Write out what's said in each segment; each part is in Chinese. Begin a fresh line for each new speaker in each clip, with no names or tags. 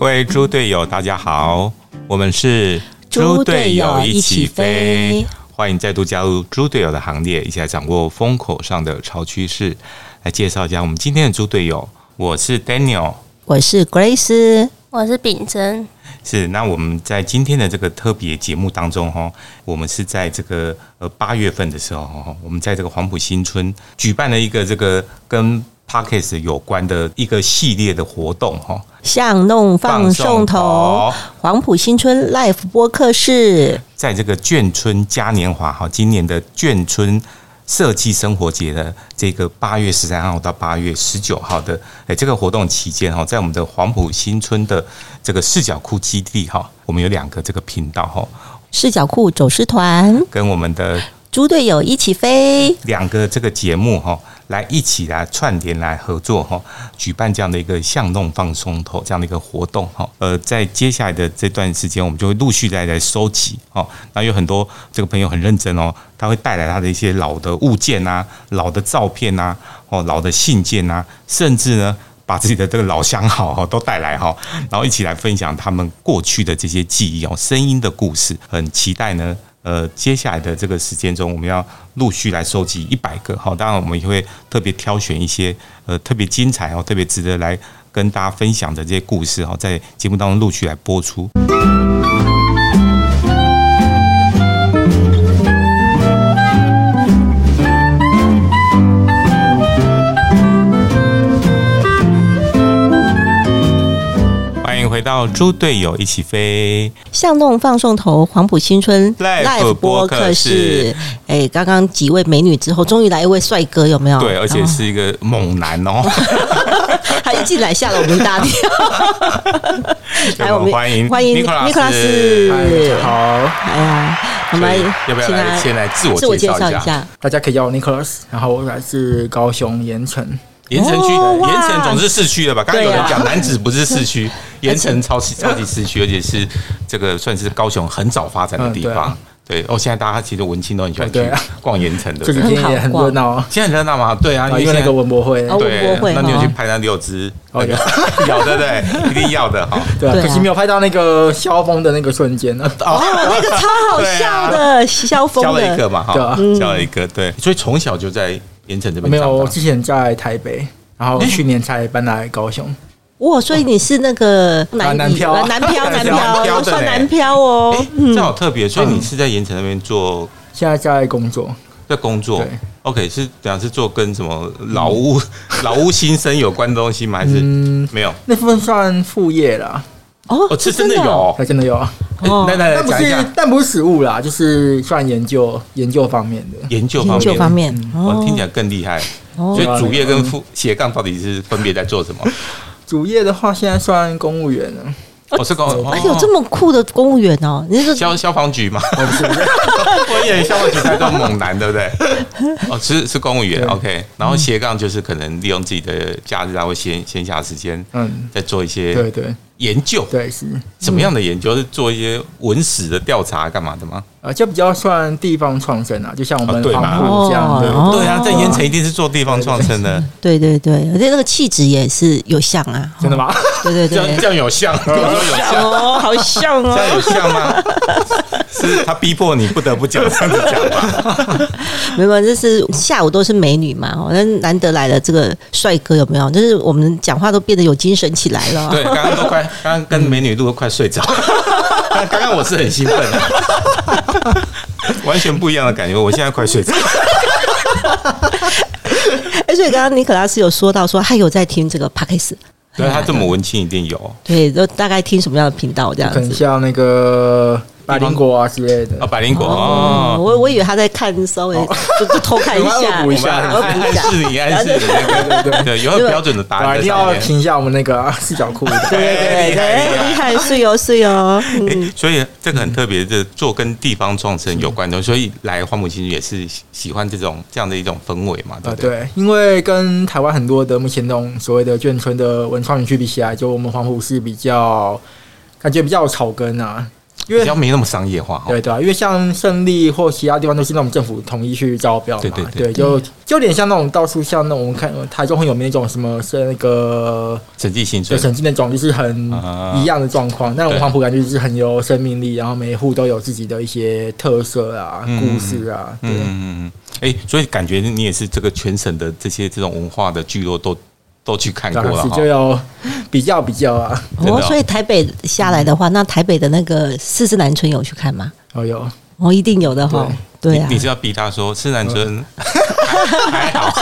位猪队友，大家好，我们是
猪队友一起飞，
欢迎再度加入猪队友的行列，一起来掌握风口上的潮趋势。来介绍一下我们今天的猪队友，我是 Daniel，
我是 Grace，
我是秉真，
是，那我们在今天的这个特别节目当中，哈，我们是在这个呃八月份的时候，哈，我们在这个黄埔新村举办了一个这个跟 Parkes 有关的一个系列的活动，哈，
向弄放送头，黄埔新村 Life 播客室，
在这个眷村嘉年华，哈，今年的眷村。设计生活节的这个八月十三号到八月十九号的诶这个活动期间哈，在我们的黄埔新村的这个视角库基地哈，我们有两个这个频道哈，
视角库走失团，
跟我们的
猪队友一起飞，
两个这个节目哈，来一起来串联来合作哈，举办这样的一个巷弄放松头这样的一个活动哈。呃，在接下来的这段时间，我们就会陆续再来收集哦。那有很多这个朋友很认真哦，他会带来他的一些老的物件啊、老的照片啊、哦老的信件啊，甚至呢。把自己的这个老相好哈都带来哈，然后一起来分享他们过去的这些记忆哦，声音的故事，很期待呢。呃，接下来的这个时间中，我们要陆续来收集一百个哈，当然我们也会特别挑选一些呃特别精彩哦，特别值得来跟大家分享的这些故事哈，在节目当中陆续来播出。欢迎回到猪队友一起飞。
向弄放送头，黄埔新村
Live 播客室。
哎，刚刚几位美女之后，终于来一位帅哥，有没有？
对，而且
然后
是一个猛男哦，
他一进来吓了我们一大跳。 来
我们欢迎
欢迎
Nicholas
斯。
好，
哎呀，我们
要不要
请
来
他
先来自
自我
我介
介绍
绍
一
一下？
下？
大家可以叫我 Nicholas，然后我来自高雄盐城。
盐城区，
哦哇
盐城总是市区了吧？刚刚有人
对啊
讲南子不是市 区，盐城超级超级市区，而且是这个算是高雄很早发展的地方。对哦，现在大家其实文青都很喜欢
嗯啊对
去
啊
逛盐城的
这，几
很
天
好
也很热闹啊，
现在热闹吗？对啊，
因为
现在
那个文博会，
哦文
对
博会，
那你有
哈
去拍那六只？
哦有
有对不 对？一定要的哈。
对啊，
对啊
可惜没有拍到那个萧峰的那个瞬间啊。
哦，那个超好笑的，萧峰
交啊了一
的。
个嘛哈嗯
对啊，
交了一个对，所以从小就在盐城这边
没有，
长大
我之前在台北，然后去年才搬来高雄。
哇，所以你是那个呃
啊南漂啊
南漂，南
南漂
漂，
的
算
嘞
南漂哦
哎。，
嗯
这好特别。所以你是在盐城那边做
现在在工作，
在工作
对
？OK，是讲是做跟什么老屋、 老屋新生有关的东西吗？还是
嗯，
没有？
那部分算副业啦，
哦
哦，是真的有
哦。
哦。
还真的有啊，
哦
那那
但
来
不
讲一
是
下
但不是实物啦，就是算研究研究方面的。
研究
研究方
面，
面，
哇，听起来
来
更厉害。
哦
所以主业跟副斜杠到底是分别在做什么？
主业的话，现在算公务员啊了，
我哦是公，
哎有
么
这么酷的公务员哦！你是说
消消防局吗？ 我演消防局才叫猛男，对不嗯对？ 哦，是是公务员
对
，OK。然后斜杠就是可能利用自己的假日啊，或闲闲暇时间，
嗯，
再做一些
对对
研究。
对是。
什么样的研究是做一些文史的调查干嘛的吗？
呃，就比较算地方创生啊，就像我
啊
们
对嘛
黄埔这样的，
哦
对啊，在盐城一定是做地方创生的，
对对对，而且那个气质也是有像啊，
真的 吗？
对对
这样
对，
这样有像，啊这样有像，
哦，好 像
这样
哦，
有像吗？是他逼迫你不得不讲这样子讲 吧？
没有，这是下午都是美女嘛，哦那难得来了这个帅哥有没有？就是我们讲话都变得有精神起来了。
对，刚刚都快，刚刚跟美女录都快睡 着，刚刚我是很兴奋的，完全不一样的感觉，我现在快睡着。
而哎且刚刚尼可拉斯有说到说他有在听这个 p a c k a g e
对他这么文青一定有
对，都大概听什么样的频道这样
可能
子。
像那个百灵果啊之类
啊，
的。
百灵果哦，
我我以为他在看，稍微就就偷看一
我
下，
要补一下
我
我
要
们
补一
暗
下。
示你，暗示你 那个，对，有很标准的答
啊，
案
一
在上
定要
面。
听一下我们那个啊四角 裤的，
对对
厉害厉
对，
害
厉害，是哟是哟，嗯，
欸所以这个很特别，这做跟地方创生有关的，
嗯
所以来花木新也是喜喜欢这种这样的一种氛围嘛，对
呃
不对？
对，因为跟台湾很多的目前那种所谓的眷村的文创园区比起来，就我们黄埔是比较感觉比较有草根啊，因为
比较没那么商业化哈。
对对啊，因为像胜利或其他地方都是那种政府统一去招标嘛，
对对对
就就有点像那种到处像那种我们看呃台中很有名那种什么是那个
审计薪
对
水，
审计那种，就是很
啊
一样的状况。但
对
文化普感就是很有生命力，然后每一户都有自己的一些特色啊、
嗯
故事啊，对。
嗯嗯嗯，哎、所以感觉你也是这个全省的这些这种文化的聚落都都去看过
当
了
时
哈
啊就。要比较比较啊，
真的
哦
哦，
所以台北下来的话，那台北的那个四四南村有去看吗？
哦有，
哦，一定有的哈。对啊
你，你是要逼他说是南
嗯
村还好，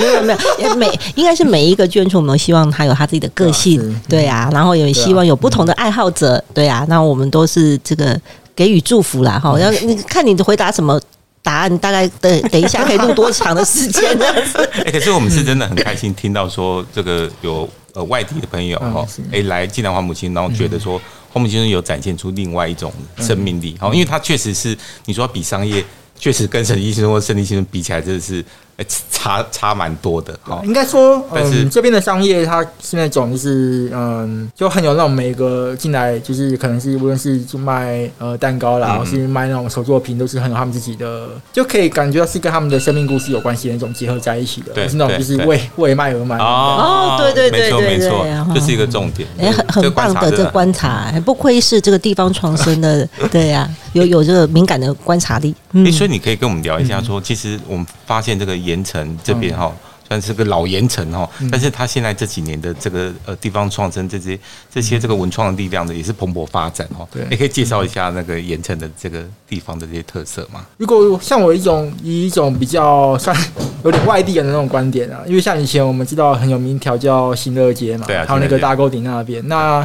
没有没 有，也每应该是每一个眷村，我们都希望他有他自己的个
对啊
性，对啊，然后也希望有不同的爱好者，对啊，那我们都是这个给予祝福啦哈。要你看你的回答什么答案，大概等等一下可以录多长的时间呢？
哎、可是我们是真的很开心听到说这个有呃外地的朋友
嗯
哈，
是嗯
哎、来济南花木青，然后觉得说花木青有展现出另外一种生命力，哈、因为它确实是你说比商业。确实跟沈医生或沈医生比起来，真的是哎差差蛮多的哈。
应该说，
但是
嗯，这边的商业它是那种就是嗯，就很有那种每个进来就是可能是无论是就卖呃蛋糕啦，
嗯
或是卖那种手作品，都是很有他们自己的，就可以感觉到是跟他们的生命故事有关系的那种结合在一起的，
对
不是那种就是
对对
为为卖而卖。
哦对对对
没错
对
没
对
错
对，
这是一个重点，
哎，
这个
很很
观
棒
察
的
真
这观察，哎不愧是这个地方创 生的，对呀、有有这个敏感的观察力。嗯
哎，，所以你可以跟我们聊一
嗯
下说，其实我们发现这个盐城这边哈。算是个老盐城哈，
嗯
但是它现在这几年的这个呃地方创生这些这些这个文创的力量呢，也是蓬勃发展哈。
对
你可以介绍一下那个盐城的这个地方的这些特色吗？
如果像我一种以一种比较算有点外地人的那种观点啊，因为像以前我们知道很有名一条叫新乐街嘛，
对啊
还有
新
那
乐
个
街
大沟顶那边那。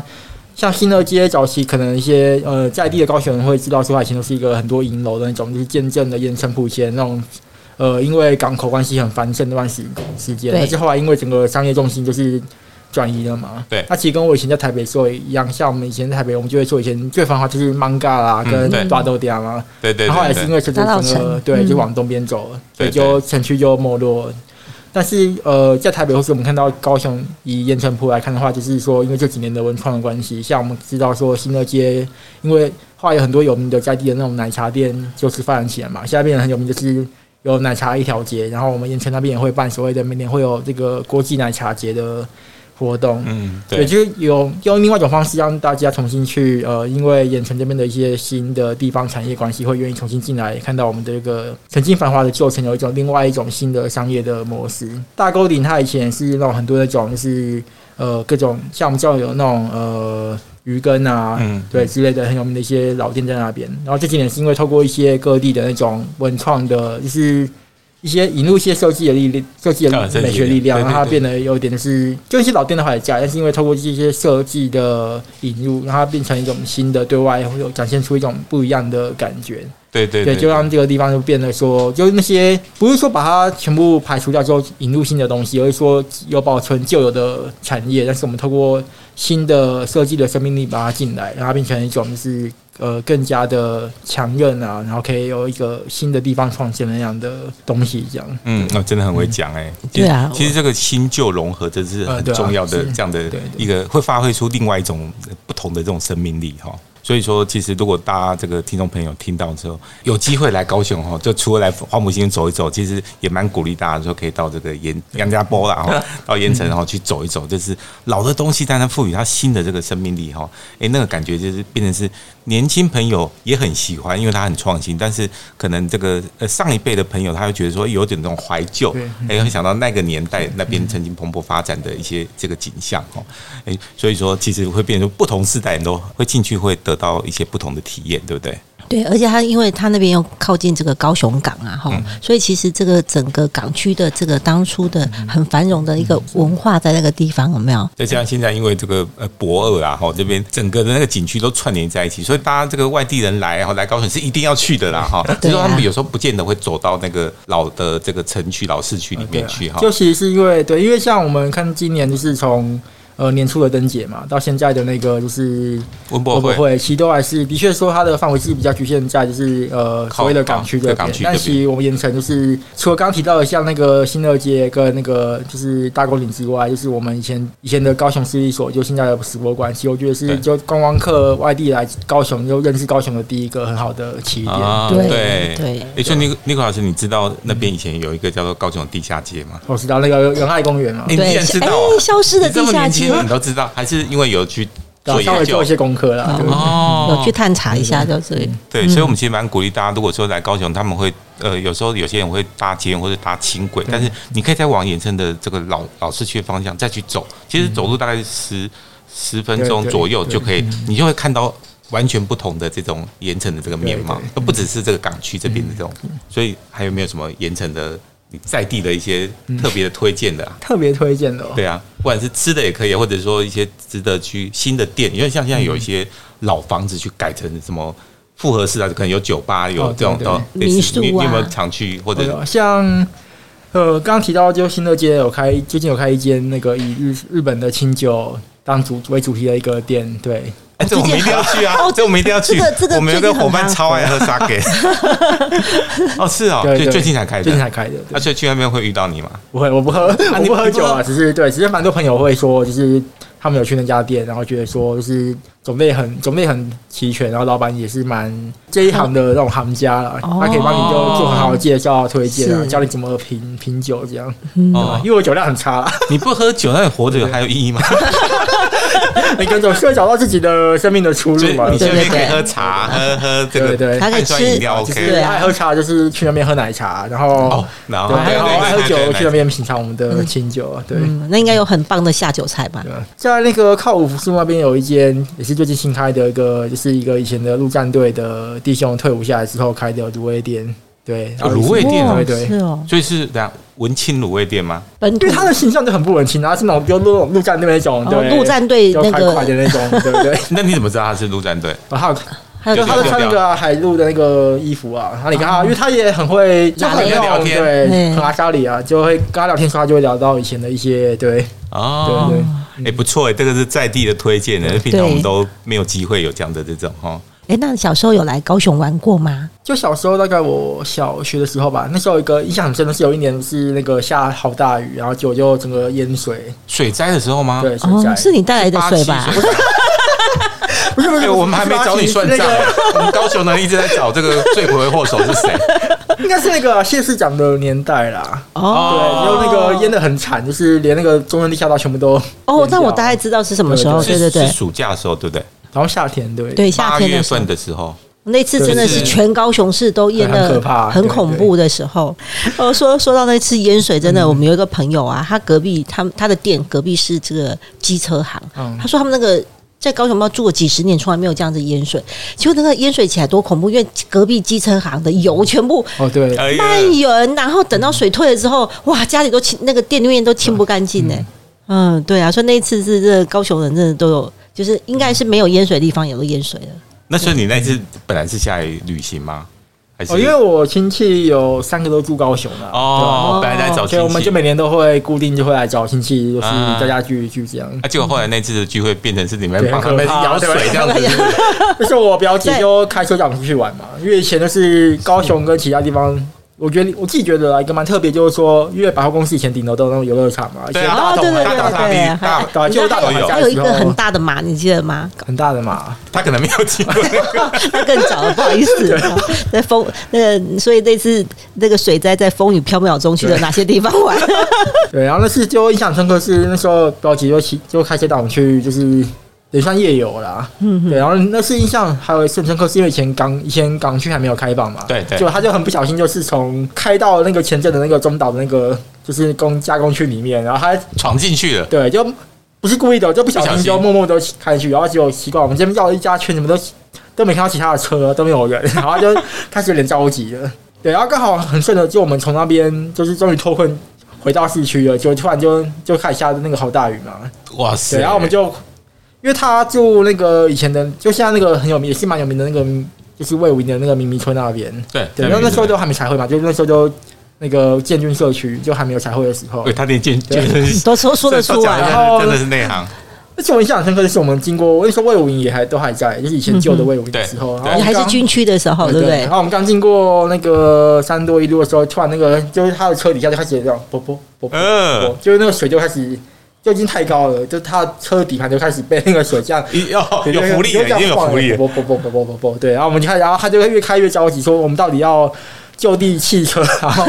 像新乐街早期，可能一些呃在地的高雄人会知道，说它以前都是一个很多银楼的那种，就是见证了盐城埔街那种，呃，因为港口关系很繁盛那段时时间，
对
但是后来因为整个商业重心就是转移了嘛，
对
那其实跟我以前在台北做一样，像我们以前在台北，我们就会做以前最繁华就是 manga 啦，
嗯
跟
对
大豆啊嗲啦，
对对
然后后来是因
对，
为城整
大稻
个
城
对，
嗯
就往东边走了，所
对
以就城区就没落了。但是呃，在台北或是我们看到高雄以盐城铺来看的话，就是说，因为这几年的文创的关系，像我们知道说新乐街，因为后来有很多有名的在地的那种奶茶店就是发展起来嘛，现在变得很有名就是。有奶茶一条街，然后我们盐城那边也会办所谓的每年会有这个国际奶茶节的活动，
嗯
对，
对
就是有用另外一种方式让大家重新去呃，因为盐城这边的一些新的地方产业关系，会愿意重新进来，看到我们的这个曾经繁华的旧城有一种另外一种新的商业的模式。大沟顶它以前是那种很多那种就是呃各种像我们叫有那种呃鱼羹啊，
嗯
对之类的很有名的一些老店在那边。然后这几年是因为透过一些各地的那种文创的，就是一些引入一些设计的力量、设计
啊设计
的
力
美学力量，
对对
让它
对
变得有点就是，就一些老店的话也价，但是因为透过这些设计的引入，让它变成一种新的对外会有展现出一种不一样的感觉。
对对
对，就让这个地方就变得说，就是那些不是说把它全部排除掉之后引入新的东西，而是说有保存旧有的产业，但是我们透过新的设计的生命力把它进来，让它变成一种就是呃更加的强韧啊，然后可以有一个新的地方创新的那样的东西这样。
嗯，那、真的很会讲哎、其实
对啊
其实这个新旧融合，这是很
呃对啊
重要的
是
这样的
对对
一个，会发挥出另外一种不同的这种生命力哈。所以说，其实如果大家这个听众朋友听到之后，有机会来高雄哈，就除了来花木星走一走，其实也蛮鼓励大家说可以到这个盐杨家坡啦哈，到盐城哈去走一走，就是老的东西，但它赋予它新的这个生命力哈。诶，那个感觉就是变成是年轻朋友也很喜欢，因为它很创新，但是可能这个呃上一辈的朋友他会觉得说有点那种怀旧
对，
哎、会想到那个年代那边曾经蓬勃发展的一些这个景象哦，哎、所以说其实会变成不同世代人都会进去，会得到一些不同的体验，对不对？
对，而且它因为它那边又靠近这个高雄港啊，哈、
嗯
所以其实这个整个港区的这个当初的
嗯
很繁荣的一个文化，在那个地方有没有？
再加上现在因为这个呃博尔啊，哈这边整个的那个景区都串联在一起，所以大家这个外地人来然后来高雄是一定要去的啦，哈。只是
对啊
说他们有时候不见得会走到那个老的这个城区、老市区里
对
面
啊
去哈。
就其实是因为对，因为像我们看今年就是从。呃年初的灯节嘛，到现在的那个就是
文博
博
会，
会，其实都还是的确说它的范围是比较局限在就是呃
靠
所谓的港区这
对港
边
区，
但
这边
其实我们盐城就是除了刚刚提到的像那个新乐街跟那个就是大沟岭之外，就是我们以前以前的高雄市一所，就现在的世博馆，其实我觉得是
对
就观光客外地来高雄又认识高雄的第一个很好的起点。
啊，
对
对
对
哎，所以尼克尼克老师，你知道那边以前有一个叫做高雄地下街吗？
我知道那个仁爱公园哦嘛，
你竟然知道啊
哎，消失的
你这
地
么
下
年
街
轻，你都知道，还是因为有去
对啊
做
稍微
研
做
究
一？些功课啦。对
哦
有去探查一下，就这里。
对，
嗯
所以我们其实蛮鼓励大家，如果说来高雄，他们会呃，有时候有些人会搭捷运或者搭轻轨，但是你可以再往延伸的这个老老市区的方向再去走，其实走路大概十十分钟
嗯对
左右
对嗯
就可以，你就会看到。完全不同的这种盐城的这个面貌
对对，嗯
都不只是这个港区这边的这种，所以还有没有什么盐城的你在地的一些
嗯
特别的推荐的、啊？
特别推荐的、哦，
对啊，不管是吃的也可以，或者说一些值得去新的店，因为像现在有一些
嗯
老房子去改成什么复合式啊，可能有酒吧，有
哦
这种
对对
哦，
对
类似
民宿
你你
啊
有没有常去或
对
者
啊，像呃，刚刚提到就新乐街有开，最近有开一间那个以日日本的清酒当主为主题的一个店，对，
哎，这我们一
哦
定要去啊！这我们一定要去。
这个这个
我们有个伙伴超爱喝 sake。哦，是哦，
对
对，
对
最近才开
最近
的。
才开的，
那
对，
所以去那边会遇到你吗？
不会，我不喝，我
你
不喝
你不
酒啊，
喝
只是对，只是蛮多朋友会说，就是他们有去那家店，然后觉得说就是种类很种类很齐全，然后老板也是蛮这一行的那种行家啦，
哦
他可以帮你就做很好的介绍、推荐啊，
是
教你怎么品品酒这样，
哦
因，为我酒量很差啦，
你不喝酒，那你活着有还有意义吗？
每个人总是会找到自己的生命的出
所
路
以
嘛，
你去
对
那边可
对对
以
对
喝茶，喝喝这
对
个
对
还可以
碳酸饮料
就
OK。
是
啊
爱喝茶，就是去那边喝奶茶，然后
哦，然后
对，还有爱喝酒，去那
边。
边品尝我们的清酒。对，
嗯，那应该有很棒的下酒菜吧？
对在那个靠五福树那边有一间，也是最近新开的一个，就是一个以前的陆战队的弟兄退伍下来之后开的卤味店。对，
哦卤味店啊
然后
哦
对对
是。哦，
所以是这样，文青卤味店吗？
本土
因为他的形象就很不文青，然后啊是那种就那种陆战队那种，
哦
对，
陆战队
就
那
开快的
个，
那种，对不对？
那你怎么知道他是陆战队？
然后
还
就
有
他
有
就穿那个海陆的那个衣服啊，然后你看他，因为他也很会就很
打
那
雷
种
聊天
对，
嗯
很阿莎里啊，就会跟他聊天说，他就会聊到以前的一些对
哦，
对对。
哎、不错哎，这个是在地的推荐呢，平常我们都没有机会有这样的这种哦哈。
哎，那你小时候有来高雄玩过吗？
就小时候，大概我小学的时候吧，那时候有一个印象很深的是有一年是那个下好大雨，然后酒就整个淹水，
水灾的时候吗？
对，水
哦
灾。，
是你带来的
八七
水吧？
水灾。
不是不
哎、
是，
我们还没找你算
那
账
个，
我们高雄人一直在找这个罪魁祸首是 谁？
应该是那个谢市长的年代啦。对，
哦
就那个淹的很惨，就是连那个中央地下道全部都
哦
淹，掉
那我大概知道是什么时候，哦对
是
对
是
对
暑假的时候，对不对？
然后夏天对
对，夏
八
天
月
的时候
份。的时候，
那次真的是全高雄市都淹
对
的
很可怕
很恐怖的时候。呃，说说到那次淹水，
嗯
真的，我们有一个朋友啊，他隔壁他他的店隔壁是这个机车行，
嗯
他说他们那个。在高雄猫住了几十年，从来没有这样子淹水。结果那个淹水起来多恐怖，因为隔壁机车行的油全部
哦对，
哎呀，
蔓延，然后等到水退了之后，哇，家里都清那个店里面都清不干净呢。嗯，对啊，所以那一次是这高雄人真的都有，就是应该是没有淹水的地方也都淹水了。
那所以你那次本来是下来旅行吗？还是
哦，因为我亲戚有三个都住高雄啦，
哦，本来来找
所以我
亲
们就
戚。
每年都会固定就会来找亲戚，就是
啊
大家聚一聚 这样。
啊，结果后来那次的聚会变成是你们
对
帮他
很可
们
怕
舀水这样子，
对
是不是
就是我表姐
对
就开车带我们出去玩嘛，因为以前就是高雄跟其他地方，我觉得我自己觉得啊，一个蛮特别，就是说，因为百货公司以前顶楼都有那种游乐场嘛，以
对
前
啊，
哦
大
对
同啊，
对对
大大
对
力
对
大
还
对啊，就大
有
还有一个很大的马，你记得吗？
很大的嘛，
他可能没有经过那个。
那更早了，不好意思。在风那个，所以这次那个水灾在风雨飘渺中去了哪些地方玩？
对，然后那次就印象深刻是那时候表姐就骑就开车带我们去，就是也算夜游啦，嗯，对，然后那次印象还有更深刻是因为以前港以前港区还没有开放嘛，
对对
就他就很不小心就是从开到那个前镇的那个中岛的那个就是工加工区里面，然后他
闯进去了。
对，就不是故意的，就不小
不小
心
心
就默默都开去，然后结果奇怪，我们这边绕了一家圈，怎么都都没看到其他的车，都没有人， 然后就开始有点着急了。对，然后刚好很顺的，就我们从那边就是终于脱困回到市区了，就突然就就开始下那个好大雨嘛，
哇塞！
对，然后我们就因为他住那个以前的，就像那个很有名，也是蛮有名的那个，就是魏武营的那个明明村那边，
对
对，然后那时候就还没彩绘嘛，就那时候就那个建军社区就还没有彩绘的时候，
对他连健健身
都说说得出
这
来。
这讲一下真的是内行，
而且我印象很深刻的是，我们经过那时候魏武营也还都还在，就是以前旧的魏武营的时候，然后我
你
们
还是
刚
军区的时候，对不对
然？后我们刚经过那个三多一路的时候，突然那个就是他的车底下就开始有这样啵啵啵啵，
嗯，
就是那个水就开始就已经太高了，就是他的车底盘就开始被那个水这样
有
对
哦有福利
就
了，
这样
已经有
晃
福利了。
啵啵啵啵啵啵啵，对，然后我们就开，然后他就会越开越着急，说我们到底要就地弃车，然后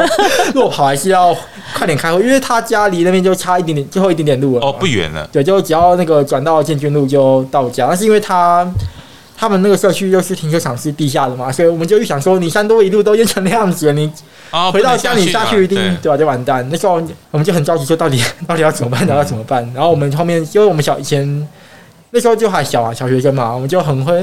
落跑还是要快点开回，因为他家离那边就差一点点，最后一点点路了。
哦，不远了。
对，就只要那个转到建军路就到家，但是因为他。他们那个社区又是停车场是地下的嘛，所以我们就预想说，你山多一路都淹成那样子了，你
啊，
回到
不能
家里下去一定
嘛
对吧、就完蛋。那时候我们就很着急，说到底 到底要怎么办？到底要怎么办？然后我们后面因为我们小以前那时候就还小啊，小学生嘛，我们就很会啊，救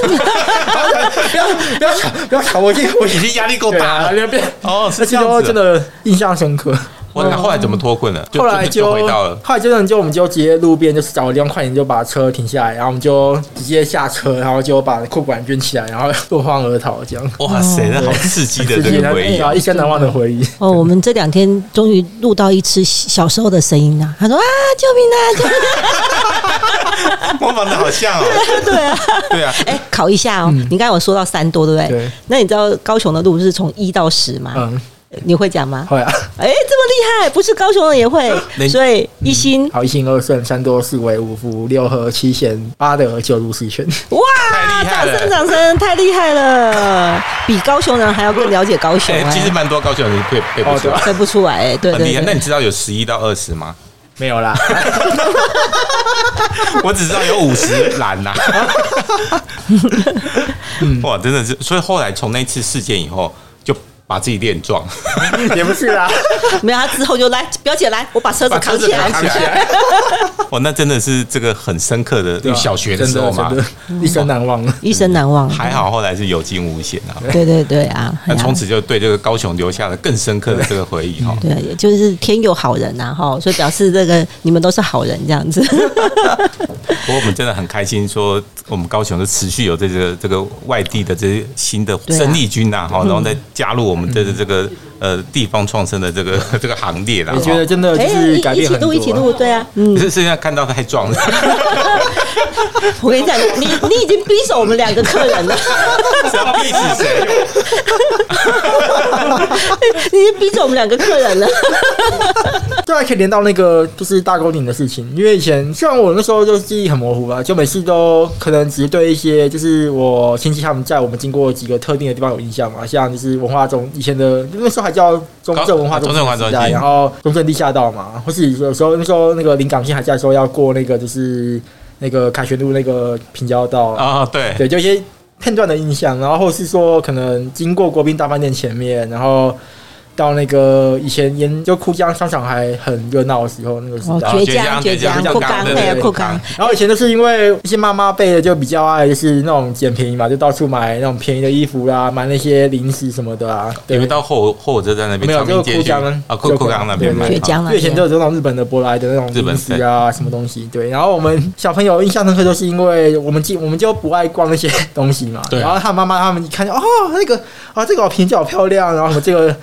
命 啊，姐姐怎么办？不要不要吵不要吵，我已 经我
对
已经
已经压力够
对
大
啊，
了。
那边
哦，
那
是这
时
样
候
子。
真，的印象深刻。
我后来怎么脱困了？就
后来
就回到了。
后来真的就我们就直接路边就是找个地方快点就把车停下来，然后我们就直接下车，然后就把裤管卷起来，然后落荒而逃这样。
哇塞，那好刺激的 这个回忆。
啊，一生难忘的回忆。
哦，我们这两天终于录到一次小时候的声音了。他说啊，救命啊，救命 啊！
模仿的好像哦。对啊，对啊，
哎、考一下哦，
嗯
你刚才有说到三多，对不对？
对
那你知道高雄的路是从一到十吗？
嗯，
你会讲吗？
会啊。
哎、这么厉害，不是高雄人也会，
那嗯
所以一心、
好，一心二顺，三多四维，五福六合，七贤八德，九如十 全。
哇
太，厉害
掌
了
声掌声，太厉害 了，比高雄人还要更了解高雄、
哎，
哎，
其实蛮多高校人背背不
哦
出
对
来
啊，
分不出来、哎，对
很
对
厉害。那
对
你知道有十一到二十吗？
没有啦，
我只知道有五十栏呐。哇，真的是，所以后来从那次事件以后，就把自己练壮，
也不是 啦。
没有他之后就来，表姐来，我把车子
把车
扛
子
起来，
扛起来。哇，那真的是这个很深刻的，
对啊
小学的时候嘛
真，的真的一生 难忘。
一生难忘。
还好后来是有惊无险啊。
对对对啊，
那
哎呀
从此就对这个高雄留下了更深刻的这个回忆哈。
对，也就是天有好人呐、哈，所以表示这个你们都是好人这样子。
不过我们真的很开心，说我们高雄是持续有这个这个外地的这些新的
对啊
生力军呐，哈，
嗯
然后再加入我们这个这个呃地方创生的这个 这个行列啦。
我觉得真 的就
哎、
是改
一一
变
起
很
录
多。
一起录，对啊，嗯
可，是现在看到太壮 了，
我跟你讲，你你已经逼走我们两个客人了，
谁要逼死谁？
你已经逼走我们两个客人了。
这啊还可以连到那个就是大沟顶的事情，因为以前虽然我那时候就是记忆很模糊啊吧，就每次都可能只是对一些就是我亲戚他们在我们经过几个特定的地方有印象嘛，像就是文化中以前的那时候还叫中正文化中
中正文化中
心
心
然后中正地下道嘛，或是有时候那时候那个临港线还在说要过那个就是那个凯旋路那个平交道
啊，对，
对，就一些片段的印象，然后或是说可能经过国宾大饭店前面，然后到那个以前沿就哭江商场还很热闹的时候，那个时 代。
绝
倔强
强
倔强
倔，强
扩缸
对
对
哎，
对
扩缸，
然后以前都是因为一些妈妈辈的就比较爱就是那种捡便宜嘛，就到处买那种便宜的衣服啦、买那些零食什么的啊。
你
对
们，到后火车站那边，
没有
长滨
就
街
库
去
江
啊，库
就
库冈那边买。啊
倔强啊哎
因
了。
为以前都有这种日本的舶来的那种
日本
零食啊，什么东西。对，然后我们小朋友印象深刻，就是因为我们记我们就不爱逛那些东西嘛。
对啊
然后他妈妈他们一看见哦，那个啊，这个好平价，好漂亮，然后我们这个。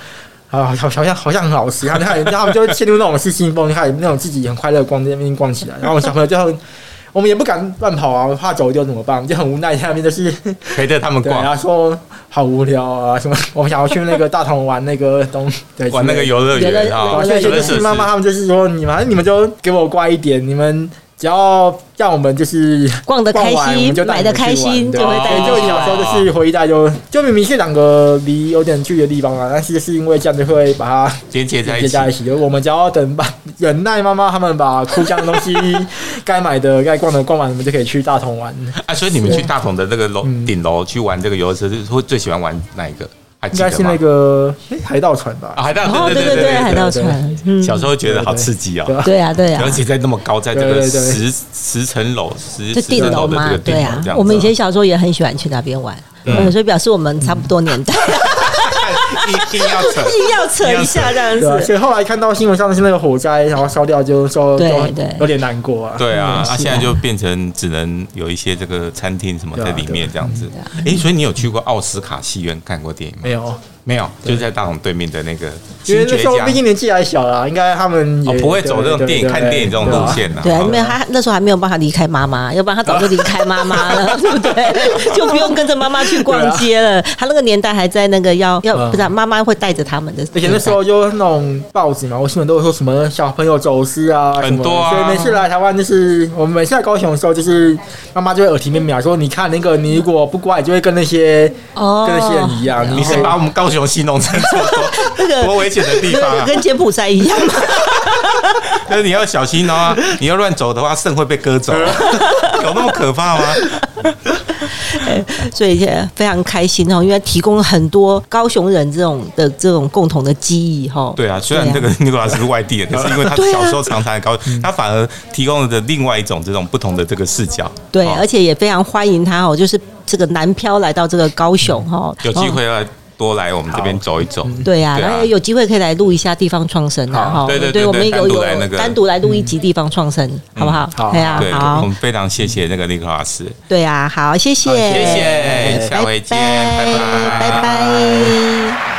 啊，好，好像好像很好吃，然后他们他们就陷入那种失心疯，开始那种自己很快乐地逛在那边逛起来。然后我们小朋友就很，我们也不敢乱跑啊，怕走丢怎么办？我们就很无奈，在那边就是
陪着他们
对，然
逛，
后说好无聊啊什么，我们想要去那个大同玩那个东， 对，
玩那个
游。
游乐
游乐
园啊，
游乐
而且
园
游
哦
乐
就是
设
妈妈
施。
他们就是说，你们你们就给我乖一点，你们只要让我们就是
逛得开心
逛完我们就带
买
你
得
们去玩
开心
对
就会带你
就
去玩
小时候就是回家就就明明是两个离有点距离的地方啊，但是就是因为这样就会把它
连接在
连
一
接
起，
在一起。就是我们只要等把忍耐妈妈他们把哭江的东西该买的该逛的逛完，我们就可以去大同玩。
啊，所以你们去大同的那个楼
嗯
顶楼去玩这个游乐设施，会最喜欢玩哪一个？还
应
记
该
得
是
吗
那？ 个诶海盗船吧？
啊，海盗
哦，
船，
对
对
对，海
对
盗
对
船，嗯，
小时候觉得好刺激
对
哦。
啊
对啊对啊
而。且在那么高，在这个
对对对
十十层楼、十
就
十
顶
层楼
楼
的这
嘛
个，顶
对
楼
啊
这样，子。
我们以前小时候也很喜欢去那边玩，嗯，所以表示我们差不多年代，
一定要扯，
硬要扯一下这样
对啊，
子。
所以后来看到新闻上的是那个火灾，然后烧掉就说
对
就
对
有点难过啊。
对啊，啊，
是
现在就变成只能有一些这个餐厅什么在里面这样子
对啊。
诶，所以你有去过奥斯卡戏院看过电影吗？
没有，
没有，就是在大同对面的那个
因
新
为那
爵
时候
家
毕，竟年纪还小啦，应该他们
哦
也，
不会走这种电影看电影这种路。
对对对对啊
线的。
对啊，
哦
因为他那时候还没有办法离开妈妈，要 不然他早就离开妈妈了，对 不对？就不用跟着妈妈去逛街了。
啊
他那个年代还在那个要要
嗯
不是啊妈妈会带着他们的年代，
而且那时候就那种报纸嘛，我新闻都会说什么小朋友走失啊，
很多啊
什么的所以每次来台湾就是我们每次来高雄的时候，就是妈妈就会耳提面命啊说，你看那个你如果不乖，你就会跟那些
哦
跟那些人一样。
哦你
啊
是把我们高雄西弄成这多 多危险的地
那
方
个
啊！
跟柬埔寨一样 嘛，
但是你要小心哦、 你要乱走的话，肾会被割走、啊有那么可怕吗？
所以也非常开心哦，因为提供了很多高雄人这种的这种共同的记忆哦哈。
对啊，虽然这个尼古拉斯是外地人，可是因为他
对啊
小时候常常高，他反而提供了另外一种这种不同的这个视角。
对，
哦
而且也非常欢迎他哦，就是这个南漂来到这个高雄哈，
有机
哦
会要多来我们这边走一走。
对呀、
对啊
然后有机会可以来录一下地方创生啊，
好
哈，
对对对对
我们有
单独
有
来那个嗯
单独来录一集地方创生，好不好？
好
对啊
对，，我
好，
们非常谢谢那个尼古拉斯，
对啊，好，谢谢，
谢谢，下回见，拜
拜
拜，
拜拜